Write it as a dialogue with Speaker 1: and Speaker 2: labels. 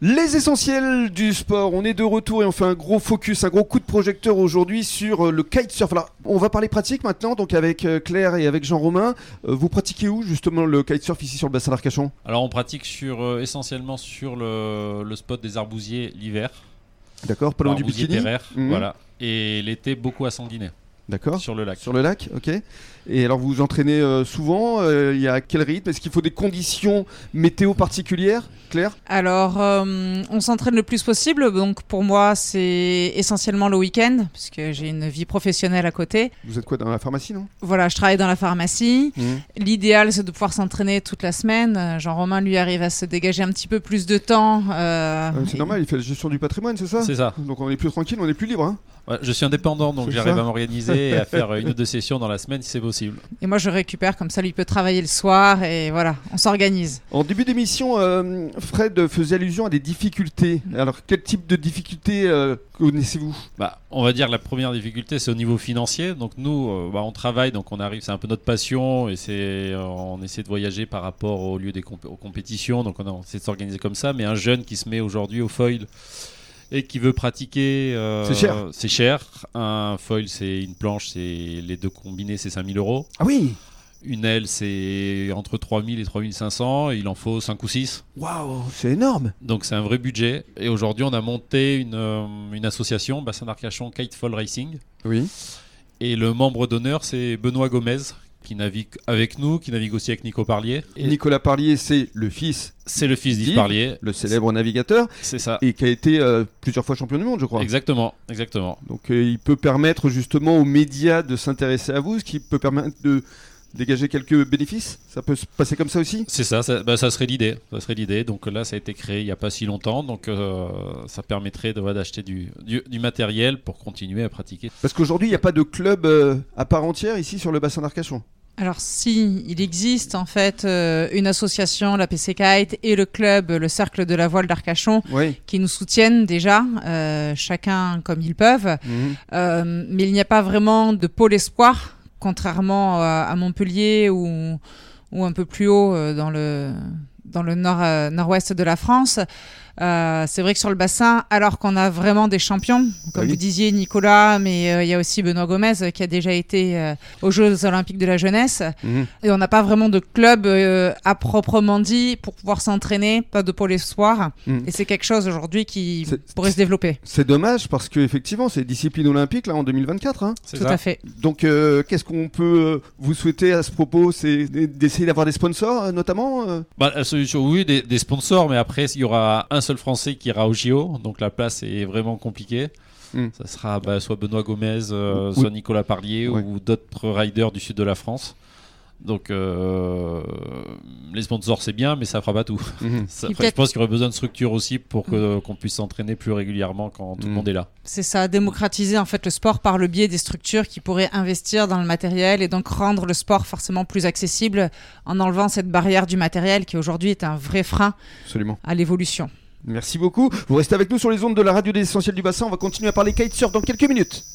Speaker 1: Les essentiels du sport, on est de retour et on fait un gros focus, un gros coup de projecteur aujourd'hui sur euh, le kitesurf. Alors, on va parler pratique maintenant, donc avec euh, Claire et avec Jean-Romain. Euh, Vous pratiquez où justement le kitesurf ici sur le bassin d'Arcachon
Speaker 2: Alors on pratique sur, euh, essentiellement sur le, le spot des arbousiers l'hiver.
Speaker 1: D'accord, pas loin du
Speaker 2: Arbousiers
Speaker 1: bikini
Speaker 2: terraire,
Speaker 1: Mhm.
Speaker 2: Voilà. Et l'été beaucoup à Sandinet
Speaker 1: D'accord.
Speaker 2: sur le lac.
Speaker 1: Sur le lac, ok. Et alors vous vous entraînez euh, souvent, euh, il y a quel rythme Est-ce qu'il faut des conditions météo particulières, Claire
Speaker 3: Alors, euh, on s'entraîne le plus possible. Donc, pour moi, c'est essentiellement le week-end, puisque j'ai une vie professionnelle à côté.
Speaker 1: Vous êtes quoi dans la pharmacie, non
Speaker 3: Voilà, je travaille dans la pharmacie. L'idéal, c'est de pouvoir s'entraîner toute la semaine. Euh, Jean-Romain, lui, arrive à se dégager un petit peu plus de temps. euh,
Speaker 1: Euh, C'est
Speaker 3: et-
Speaker 1: normal, il fait la gestion du patrimoine, c'est ça
Speaker 2: C'est ça.
Speaker 1: Donc on est plus tranquille, on est plus libre. hein.
Speaker 2: Ouais, je suis indépendant donc
Speaker 1: C'est
Speaker 2: j'arrive
Speaker 1: ça.
Speaker 2: à m'organiser et à faire euh, une ou deux sessions dans la semaine si c'est possible.
Speaker 3: Et moi, je récupère, comme ça, lui peut travailler le soir. Et voilà, on s'organise.
Speaker 1: En début d'émission, euh, Fred faisait allusion à des difficultés. Alors quel type de difficultés euh, connaissez-vous
Speaker 2: Bah, on va dire la première difficulté c'est au niveau financier. Donc nous euh, bah, on travaille donc on arrive c'est un peu notre passion et c'est euh, on essaie de voyager par rapport au lieu des comp- aux compétitions donc on, a- on essaie de s'organiser comme ça. Mais un jeune qui se met aujourd'hui au foil et qui veut pratiquer euh,
Speaker 1: C'est cher.
Speaker 2: c'est cher. Un foil c'est une planche c'est les deux combinés c'est 5000 euros.
Speaker 1: Ah oui
Speaker 2: Une aile c'est entre 3000 et 3500 il en faut 5 ou 6.
Speaker 1: Waouh, c'est énorme
Speaker 2: Donc c'est un vrai budget. Et aujourd'hui, on a monté une, euh, une association, Bassin d'Arcachon Kitefall Racing.
Speaker 1: Oui.
Speaker 2: Et le membre d'honneur, c'est Benoît Gomez, qui navigue avec nous, qui navigue aussi avec Nico Parlier. Et
Speaker 1: Nicolas Parlier, c'est le fils,
Speaker 2: c'est le fils d'Yves
Speaker 1: Yves.
Speaker 2: Parlier.
Speaker 1: le célèbre navigateur,
Speaker 2: C'est ça.
Speaker 1: et qui a été euh, plusieurs fois champion du monde, je crois.
Speaker 2: Exactement, exactement.
Speaker 1: Donc euh, il peut permettre justement aux médias de s'intéresser à vous, ce qui peut permettre de dégager quelques bénéfices. Ça peut se passer comme ça aussi
Speaker 2: C'est ça, ça, bah, ça serait l'idée. Ça serait l'idée. Donc là, ça a été créé il n'y a pas si longtemps. Donc euh, ça permettrait de- voilà, d'acheter du, du- du matériel pour continuer à pratiquer.
Speaker 1: Parce qu'aujourd'hui, il n'y a pas de club euh, à part entière ici sur le bassin d'Arcachon.
Speaker 3: Alors si, il existe en fait euh, une association, la PC Kite, et le club, le Cercle de la Voile d'Arcachon,
Speaker 1: Oui.
Speaker 3: qui nous soutiennent déjà, euh, chacun comme ils peuvent.
Speaker 1: Mhm.
Speaker 3: Euh, mais il n'y a pas vraiment de pôle espoir, contrairement à, à Montpellier ou, ou un peu plus haut euh, dans le, dans le nord, euh, nord-ouest de la France. Euh, c'est vrai que sur le bassin, alors qu'on a vraiment des champions,
Speaker 1: Bah
Speaker 3: comme
Speaker 1: oui.
Speaker 3: vous disiez Nicolas, mais euh, il y a aussi Benoît Gomez euh, qui a déjà été euh, aux Jeux Olympiques de la jeunesse.
Speaker 1: Mhm.
Speaker 3: Et on n'a pas vraiment de club euh, à proprement dit pour pouvoir s'entraîner, pas de pôle espoir.
Speaker 1: Mm.
Speaker 3: Et c'est quelque chose aujourd'hui qui
Speaker 1: C'est-
Speaker 3: pourrait se développer.
Speaker 1: C'est dommage parce qu'effectivement, c'est discipline olympique là en 2024. hein.
Speaker 2: C'est
Speaker 3: Tout
Speaker 2: ça.
Speaker 3: à fait.
Speaker 1: Donc euh, qu'est-ce qu'on peut euh, vous souhaiter à ce propos C'est d'essayer d'avoir des sponsors euh, notamment euh
Speaker 2: Bah, la solution, oui, des, des sponsors, mais après, il y aura un seul Français qui ira au JO, donc la place est vraiment compliquée.
Speaker 1: Mm.
Speaker 2: Ça sera bah, soit Benoît Gomez, euh,
Speaker 1: Ou-
Speaker 2: soit Nicolas Parlier
Speaker 1: Ouais.
Speaker 2: ou d'autres riders du sud de la France. Donc, euh, les sponsors, c'est bien, mais ça fera pas tout. Ça-
Speaker 3: Et
Speaker 2: après, je
Speaker 3: peut-être-
Speaker 2: pense qu'il y aurait besoin de structures aussi pour que- qu'on puisse s'entraîner plus régulièrement quand tout
Speaker 1: Mm.
Speaker 2: le monde est là.
Speaker 3: C'est ça, démocratiser en fait le sport par le biais des structures qui pourraient investir dans le matériel et donc rendre le sport forcément plus accessible en enlevant cette barrière du matériel qui aujourd'hui est un vrai frein
Speaker 1: Absolument.
Speaker 3: à l'évolution.
Speaker 1: Merci beaucoup. Vous restez avec nous sur les ondes de la radio des essentiels du bassin. On va continuer à parler kitesurf dans quelques minutes.